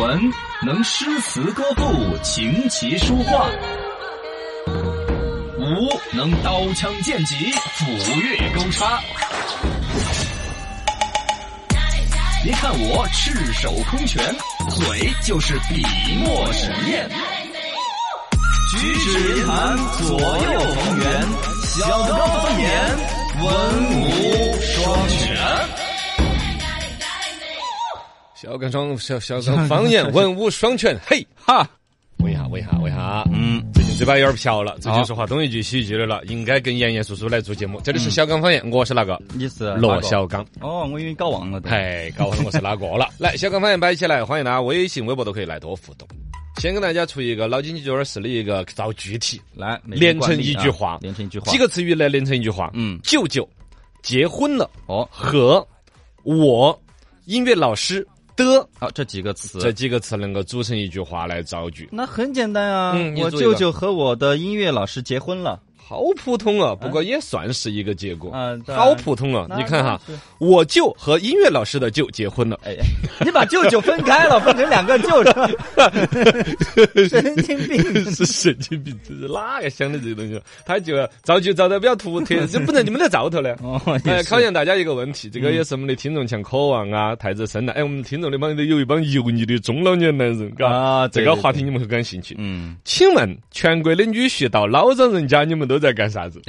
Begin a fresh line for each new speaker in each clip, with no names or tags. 文，能诗词歌赋、琴棋书画；武能刀枪剑戟、斧钺钩叉。别看我赤手空拳，嘴就是笔墨纸砚。举止言谈左右逢源，小刚方言，文武双全。
小刚双小小刚方言文武双全，嘿哈！问一下，问一下，问一下，嗯，最近嘴巴有点瓢了，最近说话东一句西一句的了，应该更严严肃肃来做节目。这里是小刚方言，我嗯是哪个？嗯
你是
罗小刚。
哦，我以为搞忘了都。
哎，搞忘了我是哪个 了？来，小刚方言摆起来，欢迎大家微信、微博都可以来多互动。先跟大家出一个脑筋急转弯式的一个造句题，
来，每
连
天管
成
理
一
啊
句话
连成一句话。
几个词语来连成一句话。
嗯
舅舅结婚了，
哦，
和我音乐老师的
好，这几个词，
这几个词能够组成一句话来造句。
那很简单啊。
嗯你
我
做一个
舅舅和我的音乐老师结婚了。
好普通啊，不过也算是一个结果。
嗯对
好普通啊！
那
你看哈
那是，
我舅和音乐老师的舅结婚了，
哎，你把舅舅分开了，分成两个舅舅，神经病。
是神经病，这是哪个想的这个东西？他就要造句造的比较突突， 这不能你们在造头呢。
哦，
哎，
也
考
是。嗯
验大家一个问题，这个也是我们的听众像渴望啊、太子深了。哎，我们听众里帮里有一帮油腻的中老年男人，嘎、
啊
这
对
个
对
话题你们会感兴趣。
嗯，
请问全国的女婿到老丈人家，你们都在干啥 子？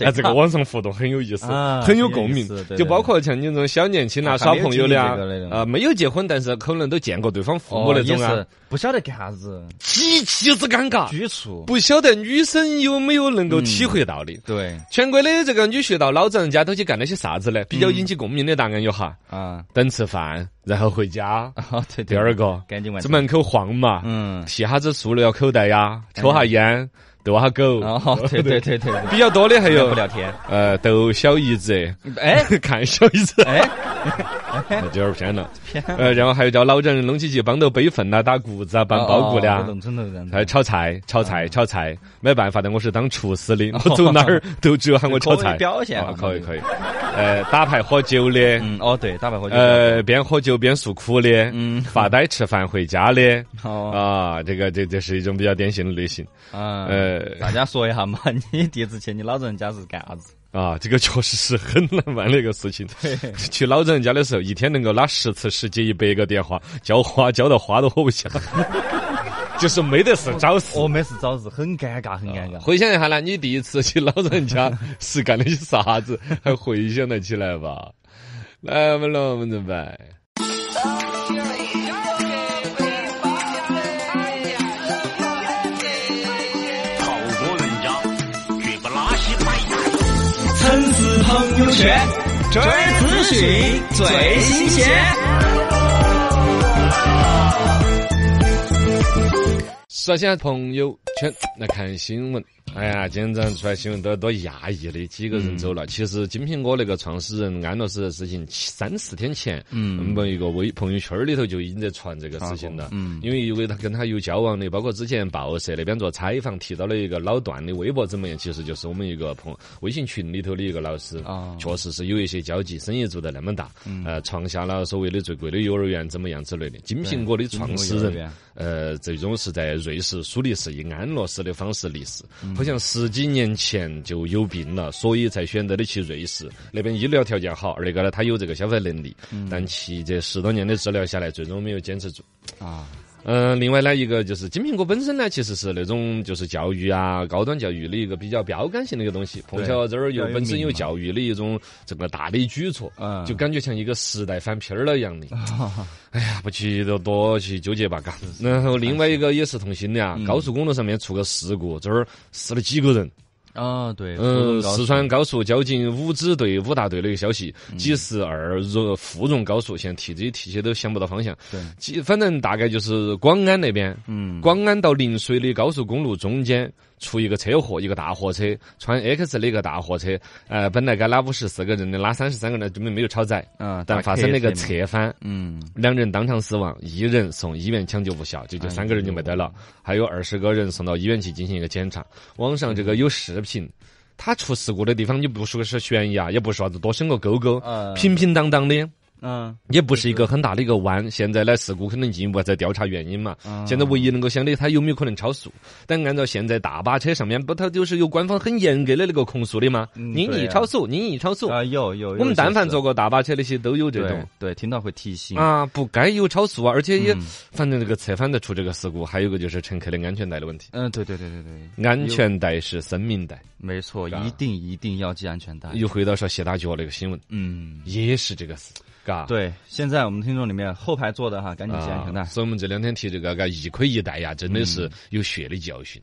那这个网上互动很有意思，
啊
很有共鸣
很有意思对。
就
对
包括像你这种小年轻啊、
啊
耍朋友的啊
还没有经历这个那，种
呃，没有结婚，但是可能都见过对方父母
哦
那
也
种啊
是，，不晓得干啥子，
极其之尴 尬，
局促。
不晓得女生有没有能够体会到的。
对
全国的这个女婿到老丈人家都去干了些啥子呢？
嗯
比较引起共鸣的答案有哈，
啊，
等吃饭，然后回家。
啊对。
第二个，
赶紧完
在
成。
门口晃嘛，
嗯。哎
提下子塑料口袋呀，抽下烟，逗下狗。
哦，对对对对对。
比较多的还有
不聊天。
呃逗小姨子，
哎
看小姨子，
哎，
那就有点偏了。呃，然后还有叫老丈人弄起去帮着背粪呐、打谷子啊、
哦
搬包谷的啊。
农村的人。
还炒菜，炒菜，炒菜，没办法的，我是当厨师的，我走哪儿都只有喊我炒
可
菜。
以表现
啊
啊
可以可以。呃，打牌喝酒的，
嗯，哦，对，大白猴。
呃，边喝酒边诉苦的，
嗯
发呆吃饭回家的，
哦，
啊，这个这这是一种比较典型的类型。
嗯，
呃，
大家说一下嘛，你第一次去你老人家是干啥子？
啊，这个确实是很难办的一个事情。去老丈人家的时候，一天能够拉十次、十几、一百个电话，浇花浇到花都喝不下， 就是没得事找事。
我每次找是很尴尬，很尴尬。
回想一下呢，你第一次去老丈人家是干了些啥子，还回想得起来吧？来，我们龙门阵摆。
好多人家，绝不拉稀摆烂。
粉丝朋友圈，追资讯最新鲜。
刷新下朋友圈来看新闻。哎呀，今天早上出来新闻都多压抑的，几个人走了。其实金苹果那个创始人安乐死的事情，三四天前，嗯，我们一个微朋友圈里头就已经在传这个事情了。嗯，因为因为他跟他有交往的，包括之前报社那边做采访提到了一个老段的微博怎么样，其实就是我们一个朋微信群里头的一个老师，
哦
确实是有一些交集，生意做得那么大，呃，创下了所谓的最贵的幼儿园怎么样之类的。金苹果的
哦
创始
金苹果幼儿
人
园，
呃，最终是在瑞士苏黎世以安乐死的方式离世，
嗯
好像十几年前就有病了，所以才选择的去瑞士那边医疗条件好，二一个呢他有这个消费能力，
嗯
但其这十多年的治疗下来，最终没有坚持住。
啊，
嗯、另外呢，一个就是金苹果本身呢，其实是那种就是教育啊、高端教育的一个比较标杆性的一个东西。碰巧这儿又
要有
本身
名
有
嘛
教育的一种这个大的举措，
嗯
就感觉像一个时代翻篇儿了一样的。哎呀，不去多多去纠结吧，嘎。然后另外一个也是痛心的啊，高速公路上面出个事故，这儿死了几个人。
哦，对，
嗯，四川高速嗯交警五支队五大队的一个消息，几十二蓉芙蓉高速，现在提这些提起都想不到方向。
对
几反正大概就是广安那边，
嗯，
广安到陵水的高速公路中间出一个车祸，一个大货车穿 X 的一个大货车，呃，本来该拉五十四个人的，拉三十三个人，根本没有超载，
嗯，
但发生了一个，侧翻，
嗯，
两人当场死亡，一人送医院抢救无效，这就三个人就没得了，
哎
还有二十个人送到医院去进行一个检查。网上这个有视频，他出事故的地方你不说是悬疑啊，也不说啥子多深个沟沟，
呃，
平平当当的。
嗯
也不是一个很大的一个弯。现在呢，事故可能进一步在调查原因嘛。
啊
现在唯一能够想的，它有没有可能超速？但按照现在大巴车上面不，它就是有官方很严格的那个控诉的嘛。
嗯
你
对
已
啊
超速，你已超速。
啊，有有，
我们但凡坐
过
过大巴车那些都有这
对
种。
对，听到会提醒，
啊，不该有超速啊！而且也，
嗯
反正这个侧翻的出这个事故，还有一个就是乘客的安全带的问题。
嗯，对对对对对，
安全带是生命带，
没错，
嘎
一定一定要系安全带，
又回到说谢大脚那个新闻，
嗯。
也是这个事，嘎。啊
对，现在我们听众里面后排坐的哈，赶紧系安全带。
所以我们这两天提这个，嘎一亏一带呀，真的
嗯
是有血的教训。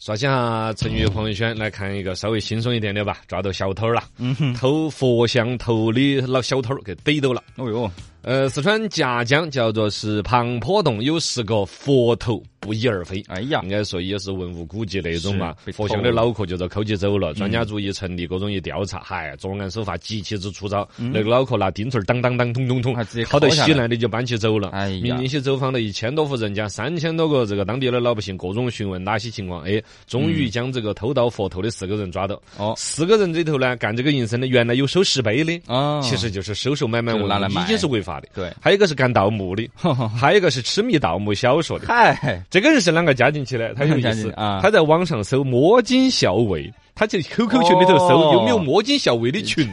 刷新下成语朋友圈，来看一个稍微轻松一点的吧，抓到小偷了，
嗯
偷佛像头的老小偷给逮到了。
哦呦，
呃，四川夹江叫做是庞坡洞，有十个佛头不翼而飞。
哎呀
应，该说也是文物古迹那种嘛
是被，嗯
佛像的脑壳就遭抠起走了。专家组一成立，各种一调查，嗨，作案手法极其之粗糙。那个脑壳拿钉锤儿当当当咚咚咚
嗯还直接，
好到
抠下来
西南的就搬起走了。
哎呀
民警去走访了一千多户人家，三千多个这个当地的老百姓，各种询问哪些情况，哎，终于将这个偷盗佛头的四个人抓到。
嗯哦
四个人里头呢，干这个营生的原来有收石碑的，
啊，
嗯其实就是收售买卖
就
文
拿来
物，
买
已经是违法的。
对，
还有一个是干盗墓 的，还有一个是痴迷盗墓小说的。
嗨，
这个人是啷个加进去的？他 有意
加进
思
去啊
他在网上搜“摸金校尉”，他就 QQ 群里头
哦
搜有没有“摸金校尉”
嗯
的 群，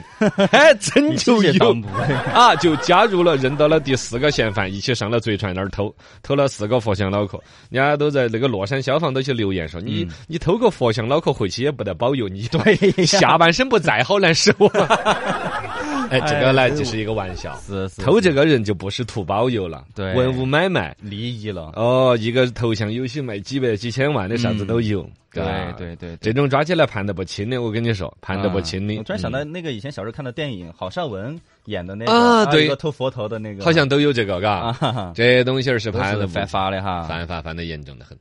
还真就
谢谢
有
当铺
啊，就加入了，认到了第四个嫌犯，一起上了贼船那儿偷，偷了四个佛像脑壳。人家都在那个乐山消防都去留言说：“
嗯
你你偷个佛像脑壳回去也不得保佑 你，
对呀
下半身不在，好难受啊！” 哎，这个呢就是一个玩笑。
是是
偷这个人就不是图保佑了，
嗯对
文物买卖，
利益了。
哦，一个头像有些卖几百几千万的，啥子都有。嘎
对嗯对对对
这种抓起来判得不轻的，我跟你说，判得不轻的。
啊我突然
嗯
想到那个以前小时候看的电影，郝邵文演的那个
啊对
有个偷佛头的那个，
好像都有这个，
啊，
嘎，
哈哈
这东西儿是
都
判
是
的不
犯法的哈，
犯法犯的严重的很。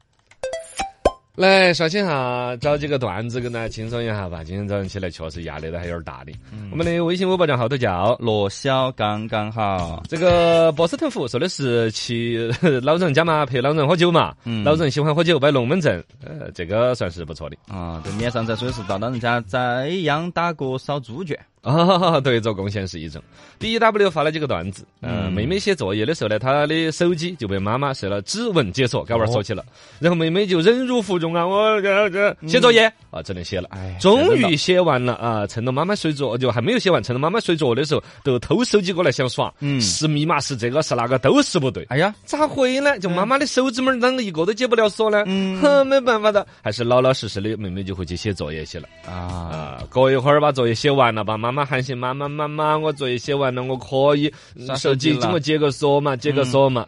来刷新哈，找几个段子跟大家轻松一下吧。今天早上起来确实压力都还有点大的。
嗯
我们的微信微博账号都叫
罗小刚刚好，
这个波士顿福说的是去老人家嘛，陪老人喝酒嘛，
嗯
老人喜欢喝酒，摆龙门阵，呃，这个算是不错的。
啊，对，面上在水是到老人家宰羊打嗝烧猪圈，
啊、对，做贡献是一种。D W 发了几个段子，呃、
嗯
妹妹写作业的时候呢，她的手机就被妈妈设了指纹解锁，给
哦
娃儿锁起了，然后妹妹就忍辱负重啊，我这这写作业、啊，只能写了。
嗯哎
终于写完了啊！趁到妈妈睡着，就还没有写完，趁到妈妈睡着的时候，都偷手机过来想耍，
嗯
是密码是这个是那个都是不对，
哎呀，
咋会呢？就妈妈的手指拇儿啷个一个都解不了锁呢？
嗯
哼，没办法的，还是老老实实的，妹妹就回去写作业去了。
啊，
啊，过一会儿把作业写完了，把妈妈喊醒，妈妈妈妈，我作业写完了，我可以嗯
耍
手
手
机
机
给我
了
解个锁嘛，解个锁嘛。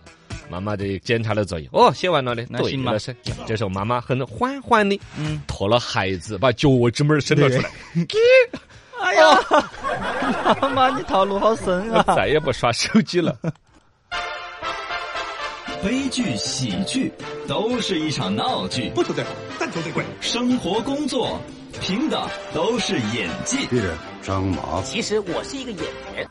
妈妈就检查了作业，哦，写完了的，
那
对
行
了
吧
噻。这时候妈妈很缓缓的
嗯，
拖了孩子，把脚趾拇儿伸了出来，
哎呀，妈妈你套路好深
我
啊，
再也不耍手机了。
悲剧、喜剧都是一场闹剧，
不求最好，但求最贵。
生活、工作凭的都是演技。
别人张麻子。
其实我是一个演员。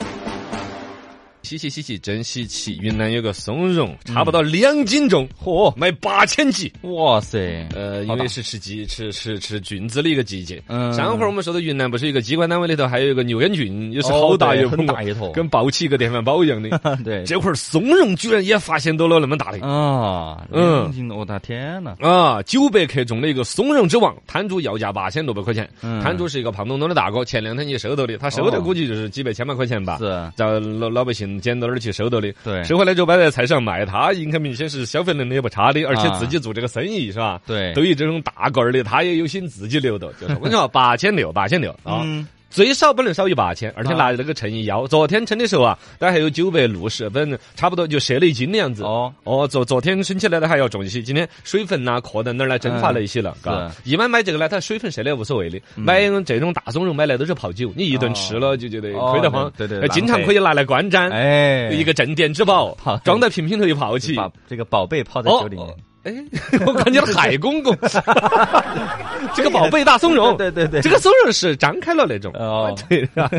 稀奇稀奇，真稀奇！云南有个松茸，差不多两斤重，嚯、卖八千几。
哇塞，
呃，因
好吧
为是吃鸡吃吃吃菌子的一个季节。
嗯
上回我们说的云南不是有一个机关单位里头还有一个牛肝菌，也是
哦
好大
对
一
很
捧啊
大一坨
跟抱起一个电饭煲一样的。
对，
这会儿松茸居然也发现到了那么大的。
啊，
嗯
嗯，我的天呐，
啊，九百克重的一个松茸之王，摊主要价八千六百块钱。
嗯
摊主是一个胖东东的大哥，前两天去收到的，他收的
哦
估计就是几百千把块钱吧。
是
找老老百姓捡到那儿去收到的。
对
收回来之后摆在菜上卖，他应该明显是消费能力也不差的，而且
啊
自己做这个生意是吧？
对
都有这种大个儿的，他也有心自己留的， 就是我跟你说，八千六，八千六啊。
嗯
最少不能少于八千，而且
啊
拿那个秤一摇。昨天称的时候啊，大概还有九百六十，反正差不多就射了一斤的样子。
哦
哦，昨昨天称起来的还要重一些，今天水分呐、壳在那儿来蒸发了一些了，
嗯
嘎、一般买这个呢，它水分射的无所谓的，买这种大松茸买来都是泡酒，你一顿
哦
吃了就觉得
哦
亏得慌。
对对
呃
对
经常
浪费
可以拿来观瞻，
哎，
一个镇店之宝
泡，
装在瓶瓶头一泡
就
起。
把这个宝贝泡在酒里面，
哦哎， 我看见了海公 公，这个宝贝大松茸，
对对对对
这个松茸是张开了那 种，
哦，
对吧？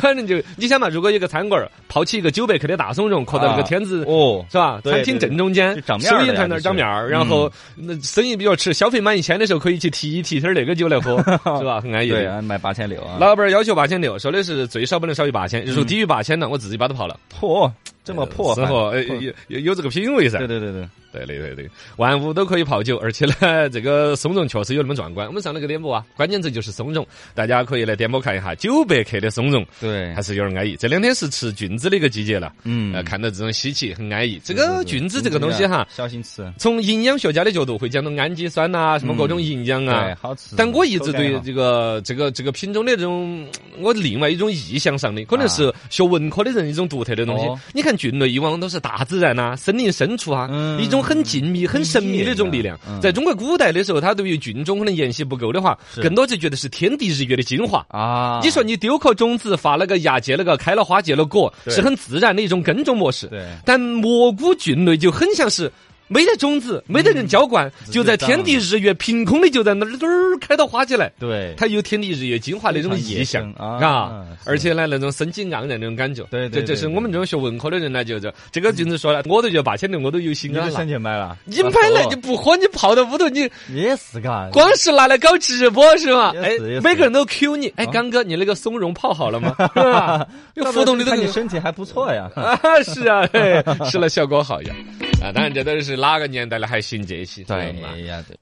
反正就你想嘛，如果一个餐馆儿抛弃一个九百克的大松茸，刻到那个
啊
天字，
哦，
是吧？
对
餐厅
对
正中间
就，长面儿
收
的
银台
呀
那儿
就是嗯
长面儿，然后那生意比较迟，消费满一千的时候可以去提一提点儿那个酒来 喝，是吧？很安逸的。
对啊，买八千六啊，
老板儿要求八千六，说的是最少不能少于八千，如果低于八千呢，我自己把它刨了。
破嗯这么破，
生活呃
破
有哎有有这个品味噻
对。对对对，
对对对对，万物都可以泡酒，而且呢，这个松茸确实有那么壮观。我们上了个点播啊，关键词就是松茸，大家可以来点播看一下。九百克的松茸
对
还，是有点安逸。这两天是吃菌子的一个季节了，
嗯
呃，看到这种稀奇很安逸。这
这
个菌子这个东西哈，啊
小心吃，
从营养学家的角度会讲到氨基酸呐、什么各种营养啊。
对，好吃。
但我一直对
口感
这个这个这个品种的这种，我另外一种意向上的，可能是学文科的人一种独特的东西
啊哦。
你看菌类以往都是大自然呐、森林深处啊，
嗯
一种很静谧、很神秘的一种力量
理解嗯。
在中国古代的时候，他对于菌种可能研习不够的话，更多就觉得是天地日月的精华。
好啊，
你说你丢颗种子，发了个芽，结了个开了花，结了果，
对
是很自然的一种耕种模式。
对
但蘑菇菌类就很像是。没得种子，没得人浇
嗯
灌，就在天地日月凭空的就在那儿哪儿开到花起来，
对，
它有天地日月精华的那种意象
非常野生啊嗯是
而且呢，那种生机盎然那种感觉，
对
这
对对
这是
对嗯
我们这种学文科的人呢，就这这个菌子说了，我都觉得八千六，我都有心
你啊
安
的
了
深。钱买了，
你买来你不喝，你泡到屋头，你
也是嘎，
光是拿来搞直播是吗？
啊也
哎
是也，是啊
每个人都 Q 你，哎，刚哥，你那个松茸泡好了 吗？是吧？那个浮动率都
看你
很
身体还不错呀，
啊，是啊，嘿，吃了效果好呀。啊，当然这都是哪个年代了还信这些？知道吗
哎呀，对，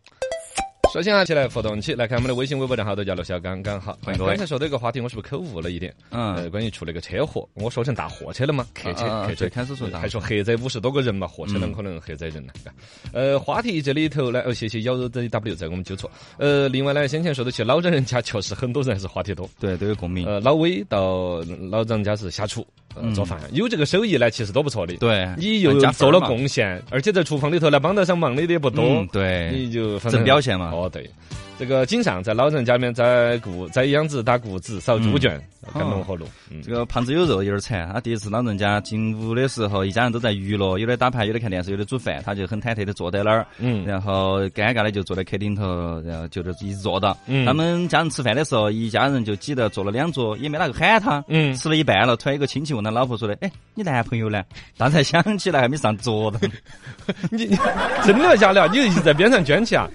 首先啊，起来互动起，来看我们的微信、微博账号都叫陆小刚刚好。
欢迎各位
刚才说的一个话题，我是不是口误了一点？呃，
嗯，
关于出了个车祸，我说成大货车了吗？客车
啊啊啊，
客车
对开始说大
还说黑载五十多个人嘛，货车
嗯
能可能黑载人了。呃，话题这里头呢，哦，谢谢幺 ZW 在给我们纠错。呃，另外呢，先前说的起老丈人家确实很多人还是话题多。
对，都有共鸣，
呃，老魏到老张家是下厨、呃、
嗯
做饭，有这个手艺呢，其实多不错的。
对，
你又
哎加分
做了
嘛，
贡献，而且在厨房里头呢，帮得上忙的也不多。
嗯，对，
你就反
正表现嘛
哦，对，这个经常在老人家里面摘谷、摘秧子、打谷子、扫猪圈、干农活路。嗯
哦这，个胖子有肉有点馋，他第一次老人家进屋的时候，一家人都在娱乐，有的打牌，有的看电视，有的煮饭，他就很忐忑的坐在那儿，
嗯
然后尴尬的就坐在客厅头，然后就这一坐到，
嗯
他们家人吃饭的时候，一家人就挤得坐了两桌，也没哪个喊他，
嗯
吃了一半了，突然有个亲戚问他老婆说的，哎，你男朋友呢？ 他才想起来还没上桌 呢，
你你真的假的？你就一直在边上捐起 啊？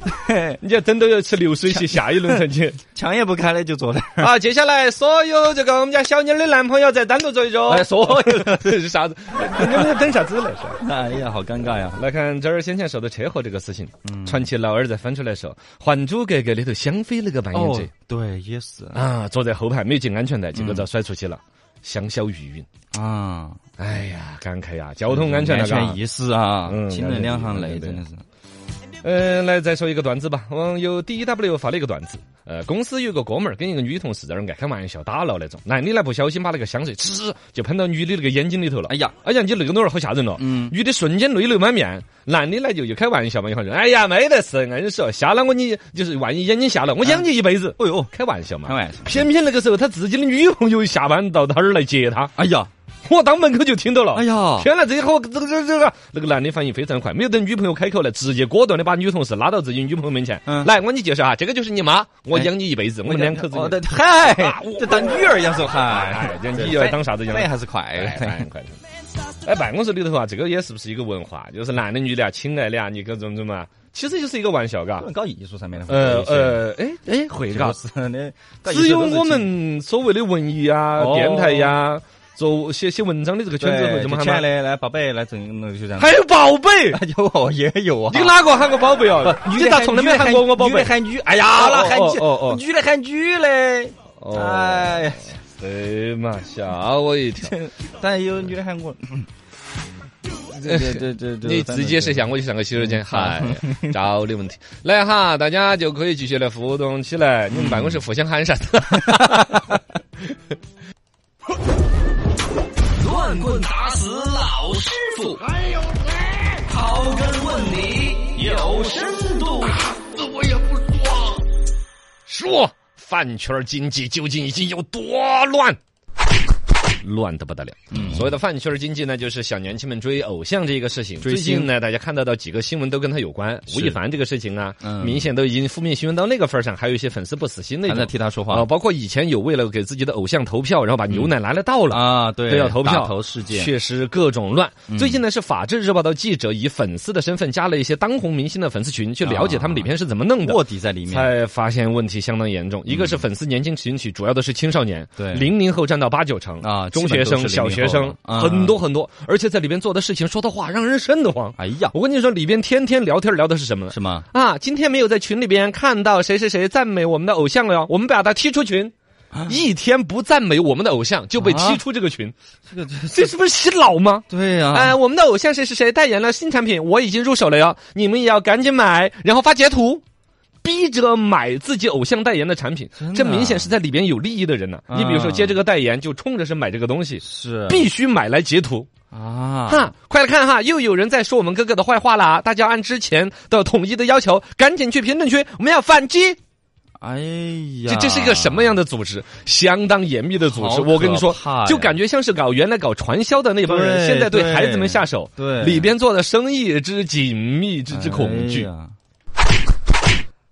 你要等到要吃流水席下一轮才去。
枪也不开的就 坐在那儿，
啊，接下来所有这个我们家小妮儿的男朋友再单独坐一桌。
哎所有
这是 啥子？你们在等啥子来着？
哎呀，好尴尬呀，
来看这儿先前说的车祸这个事情，传奇老二再翻出来说，《还珠格格》里头香妃那个扮
哦
演者、，
对，也是
啊，坐在后排没有系安全带，结果遭甩出去了，香消玉殒。
啊，
哎呀，感慨呀，交通安全那
安
个啊
全。意识啊
嗯，
亲人两行泪，
对对
真的是。
呃，来再说一个段子吧。网友 D W 发了一个段子，呃，公司有个哥们儿跟一个女同事在那儿爱开玩笑打闹那种，男的呢不小心把那个香水呲就喷到女的那个眼睛里头了。
哎呀，
哎呀，你那个东西好吓人了。
嗯
女的瞬间泪流满面，男的呢就又开玩笑嘛，一会儿说：“哎呀，没得事，硬说瞎了我你就是万一眼睛瞎了，我养你一辈子。”
哎呦，
开玩笑嘛。
开玩笑
偏偏那个时候他自己的女朋友下班到他那儿来接他，
哎呀，
我当门口就听到了。
哎呀，
天呐，这一伙这个这个这个那个男的反应非常快，没有等女朋友开口来，直接果断的把女同事拉到自己女朋友面前，
嗯哎
来，我给你介绍啊，这个就是你妈，我养你一辈子，我们两口子。
哦，对，嗨，就当女儿一样说，嗨
哎，，人你要当啥子
反
养？
应还是快
哎，反应快点哎，办公室里头啊，这个也是不是一个文化？就是男的、女的啊，亲爱的啊，你各种种嘛，其实就是一个玩笑，嘎
可。能搞艺术上面的，
呃，呃，哎哎，会嘎
嗯就。是的，搞艺术
只有
都是
我们所谓的文艺啊、
哦
电台呀、做写写文章的这个
对
圈子会这么
就
喊
钱
吗？
来来，宝贝来整，那就这样。
还有宝贝，
有哦，也有啊
你。哪个喊过宝贝哦？你咋从来没喊过我宝
女
贝
的？喊女，哎呀，那喊
哦哦哦哦
女，女的喊女嘞，
哦
哎呀，
哎妈，吓我一跳！
当然有女 的喊我，对对对 对对，嗯
你直接是想我去上个洗手间，嗨，找的问题。 来哈，大家就可以继续来互动起
嗯
来。你们办公室互相喊啥子？
乱棍打死老师傅，
哎
还有谁？刨根问底有深度。
说饭圈经济究竟已经有多乱？乱的不得了。
嗯
所谓的饭圈经济呢，就是小年轻们追偶像这一个事情。最近呢，大家看到的几个新闻都跟他有关，吴亦凡这个事情啊，
嗯
明显都已经负面新闻到那个份儿上，还有一些粉丝不死心那
还
种
在。替他说
啊，
话嗯
包括以前有为了给自己的偶像投票，然后把牛奶拿来倒了，
啊？对，
都要投票，
打头事件，
确实各种乱。
嗯
最近呢，是《法制日报》的记者以粉丝的身份加了一些当红明星的粉丝群，去了解他们里面是怎么弄的。
卧底在里面。嗯
才发现问题相当严重，一个是粉丝年轻群体，主要的是青少年，
对
零零后占到八九成
啊
中学
基
生、
本都是00
小
后
学生
啊
很多很多，而且在里边做的事情、说的话让人瘆得慌。
哎呀，
我跟你说，里边天天聊天聊的是什么呢？
什么？
啊，今天没有在群里边看到谁谁谁赞美我们的偶像了哟，我们把他踢出群。
啊
一天不赞美我们的偶像就被踢出这个群，
这个啊
这是不是洗脑吗？
对呀、
哎，我们的偶像谁谁谁代言了新产品，我已经入手了哟，你们也要赶紧买，然后发截图。逼着买自己偶像代言的产品，
的
这明显是在里边有利益的人呢、
啊
你比如说接这个代言，就冲着是买这个东西，
是
必须买来截图。
啊，
哈，快来看哈，又有人在说我们哥哥的坏话了啊！大家按之前的统一的要求，赶紧去评论区，我们要反击！
哎呀，
这这是一个什么样的组织？相当严密的组织，
好
我跟你说
可怕呀，
就感觉像是搞原来搞传销的那帮人，
对
现在对
对
孩子们下手，
对
里边做的生意之紧密之之恐惧
哎。呀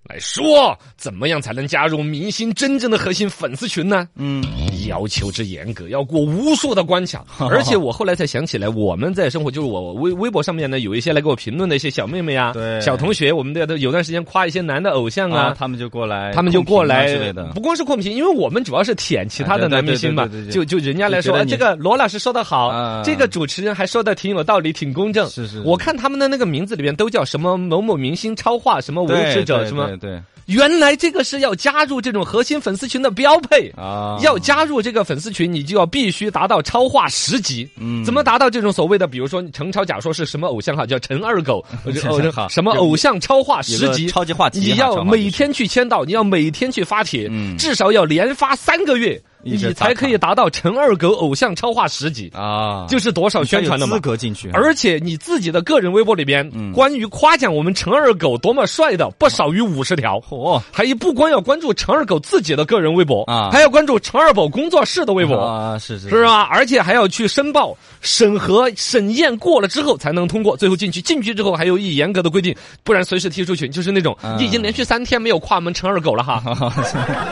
来说，怎么样才能加入明星真正的核心粉丝群呢？
嗯，
要求之严格，要过无数的关卡。而且我后来才想起来，我们在生活就是我微微博上面呢，有一些来给我评论的一些小妹妹啊
对，
小同学，我们的都有段时间夸一些男的偶像
啊，
啊，
他们就过来，
他们就过来
控评啊之类的，
不光是控评，因为我们主要是舔其他的男明星
哎
嘛
对对对，对
就
对
就人家来
就觉
说，
得
哎
你
这个罗老师说的好
啊，
这个主持人还说的挺有道理，挺公正。
是是是
我看他们的那个名字里面都叫什么某某明星超话，什么无
对
知者，
对
什么
对，对
原来这个是要加入这种核心粉丝群的标配。
啊，
要加入这个粉丝群，你就要必须达到超话十级。
嗯
怎么达到这种所谓的，比如说陈超假说是什么偶像哈，叫陈二狗， 呃
陈好
什么偶像超话十
有
级，
个超级话题哈
你
超
要
话就是
每天去签到，你要每天去发帖，
嗯
至少要连发三个月，
一
你
直打卡
才可以达到陈二狗偶像超话十级，
啊，
就是多少
你需要
宣传的
有
嘛
资。格进去，
而且你自己的个人微博里边，
嗯
关于夸奖我们陈二狗多么帅的，不少于五十条。
嚯
还不光要关注陈二狗自己的个人微博
啊
还要关注陈二狗工作室的微博，
啊，是是
是吧？而且还要去申报、审核、审验过了之后才能通过，最后进去。进去之后还有一严格的规定，不然随时踢出群。就是那种、
啊
你已经连续三天没有夸我们陈二狗了 哈，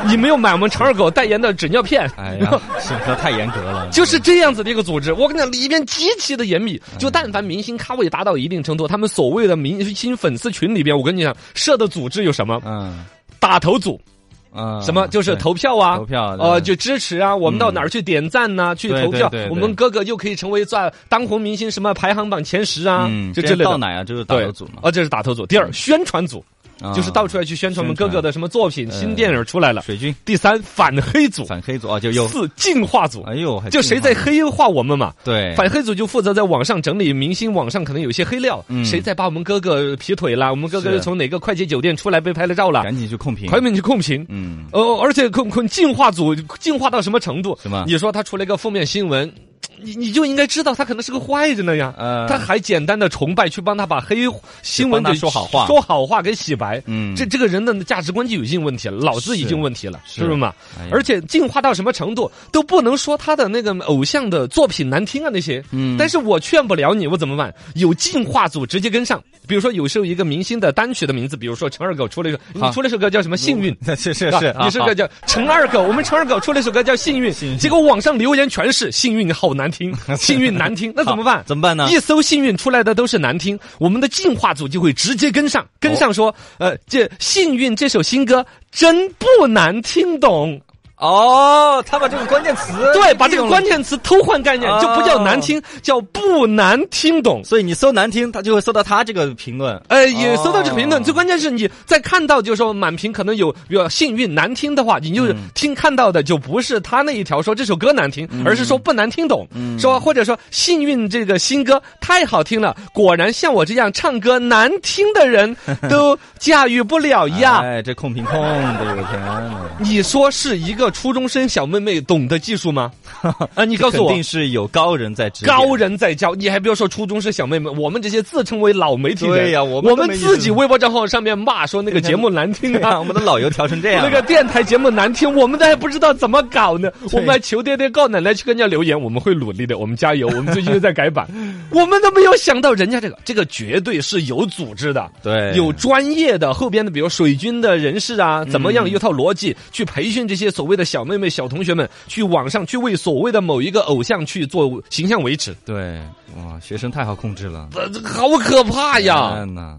你没有买我们陈二狗代言的纸尿片，
哎呀，审核太严格了，
就是这样子的一个组织，我跟你讲，里面极其的严密。
嗯
就但凡明星咖位达到一定程度，他们所谓的明星粉丝群里边，我跟你讲，设的组织有什么？
嗯
打头组，
嗯，
什么就是
对
投票啊，
投票
呃，
对
就支持啊，我们到哪儿去点赞呐，去投票
对对对，对
我们哥哥就可以成为在当红明星什么排行榜前十啊
嗯，，
就
这
之类
到
的。
哪呀？就是打
对
头组，嘛，
哦，这是打头组。第二，宣传组
啊
就是到处要去宣传我们
宣传
哥哥的什么作品、新电影出来了。
水军
第三，反黑组。
嗯反黑组啊，就有，
四，净化组。
哎呦，还
就谁
进
在
化
黑化我们嘛？
对
反黑组就负责在网上整理明星网上可能有一些黑料，
嗯
谁在把我们哥哥劈腿啦？我们哥哥
是
又从哪个快捷酒店出来被拍了照了？
赶紧去控评，
快点去控评。
嗯，
哦，而且控控进化组进化到什么程度？
什么
你说他出了一个负面新闻，你你就应该知道他可能是个坏人了呀。
呃
他还简单的崇拜去帮他把黑新闻
帮他
给
说好话
说好话给洗白。
嗯
这这个人的价值观就已经问题了，脑子已经问题了，
是
是不是嘛？
哎呀
而且进化到什么程度都不能说他的那个偶像的作品难听啊那些。
嗯
但是我劝不了你，我怎么办？有进化组直接跟上，比如说有时候一个明星的单曲的名字，比如说陈二狗出了一个，你
好
出了一首歌叫什么《幸运》。
那是 是啊
吧 你是个叫陈二狗，我们陈二狗出了一首歌叫《幸运》，结果网上留言全是“幸运好难听，幸运难听”，那怎么办？
怎么办呢
一搜“幸运”出来的都是难听，我们的进化组就会直接跟上，跟上说，呃，这《幸运》这首新歌真不难听懂，
哦，他把这个关键词
对，把这个关，键词偷换概念，就不叫难听，叫不难听懂。
所以你搜难听，他就会搜到他这个评论。
呃，也搜到这个评论，
哦
最关键是你在看到就是说满屏可能有比较幸运难听的话，你就是听看到的就不是他那一条说这首歌难听，而是说不难听懂，说或者说幸运这个新歌太好听了，果然像我这样唱歌难听的人都驾驭不了呀。
哎哎，这控评控的，我天呐！
你说是一个初中生小妹妹懂得技术吗？啊，你告诉
肯
我
定。是有高人在指点
高人在教，你还不要说初中生小妹妹，我们这些自称为老媒体人，
对呀我
我
们都没
们
意思
自己微博账号上面骂说那个节目难听
啊，
啊，
我们的老油条成这样，
那个电台节目难听，我们都还不知道怎么搞 呢。我们还求爹爹告奶奶去跟人家留言，我们会努力的，我们加油。我们最近又在改 版，我们都没有想到人家这个，这个绝对是有组织
哎
的，
对
有专业的后边的，比如水军的人士
嗯
啊，怎么样一套逻辑去培训这些所谓的小妹妹、小同学们，去网上去为所谓的某一个偶像去做形象维持，
对，哇，学生太好控制了，
呃这好可怕哎呀！
天呐，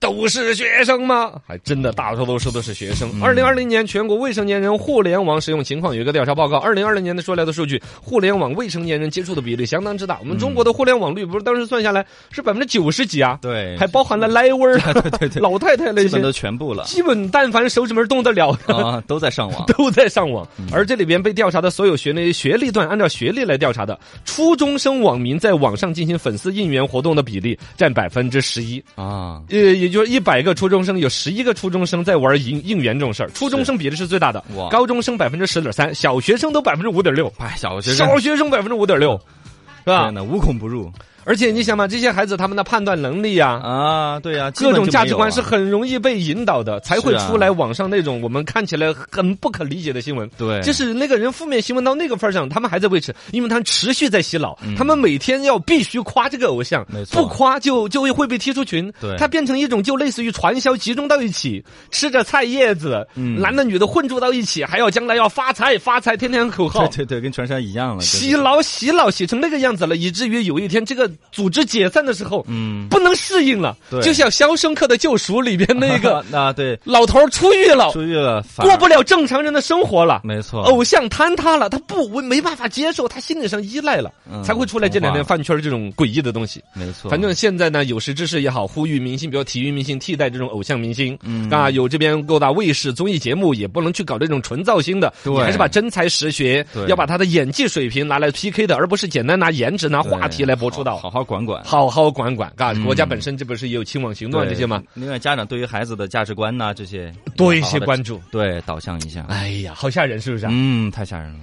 都是学生吗？嗯还真的，大多数都是学生。二零二零年全国未成年人互联网使用情况有一个调查报告，二零二零年的出来的数据，互联网未成年人接触的比例相当之大。我们中国的互联网率不是当时算下来是百分之九十几啊？
对
还包含了奶味儿、
对对对，
老太太那
基本都
些，
全部了
基本但凡手指门动得了的，
啊，都在上网，
都在上网，而这里边被调查的所有学历学历段，按照学历来调查的，初中生网民在网上进行粉丝应援活动的比例占百分之十一，
啊，
呃，也就是一百个初中生有十一个初中生在玩应应援这种事儿，初中生比例是最大的
哇，
高中生百分之十点三，小学生都百分之五点六，
哎，小学生
小学生百分之五点六，是吧
天？呐，无孔不入
而且你想嘛，这些孩子他们的判断能力呀、
啊，对呀，基
各
本
种
就
价
没
值
有
观
啊
是很容易被引导的，才会
是啊
出来网上那种我们看起来很不可理解的新闻。
对，
就是那个人负面新闻到那个份儿上，他们还在维持，因为他们持续在洗脑，他们每天要必须夸这个偶像
嗯没，错
不夸就就会会被踢出群。
对
它变成一种就类似于传销集中到一起，吃着菜叶子，
嗯
男的女的混住到一起，还要将来要发财发财，天天喊口号
对。对对，跟传销一样了，真
洗
是
脑洗脑洗成那个样子了，以至于有一天这个组织解散的时候，
嗯，
不能适应了，
对
就像《肖申克的救赎》里边那 个
啊，对，
老头儿出狱了，
出狱了，反
过不哦了正常人的生活了。
没错，
偶像坍塌了，他不我没办法接受，他心理上依赖了，
嗯
才会出来这两年
同
饭圈这种诡异的东西。
没错，
反正现在呢，有识之士也好，呼吁明星，比如体育明星替代这种偶像明星，
嗯
啊，有这边各大卫视综艺节目也不能去搞这种纯造星的，
对
你还是把真才实学
对，
要把他的演技水平拿来 PK 的，而不是简单拿颜值、拿
对
话题来博出道。
好好好管管。
好好管管，嘎，国家本身这不是也有清网行动啊
对
这些吗？？
另外，家长对于孩子的价值观呐、这些
多
也
一
好好
些
地
关注。
对导向一下。
哎呀，好吓人，是不是啊？
嗯，太吓人了。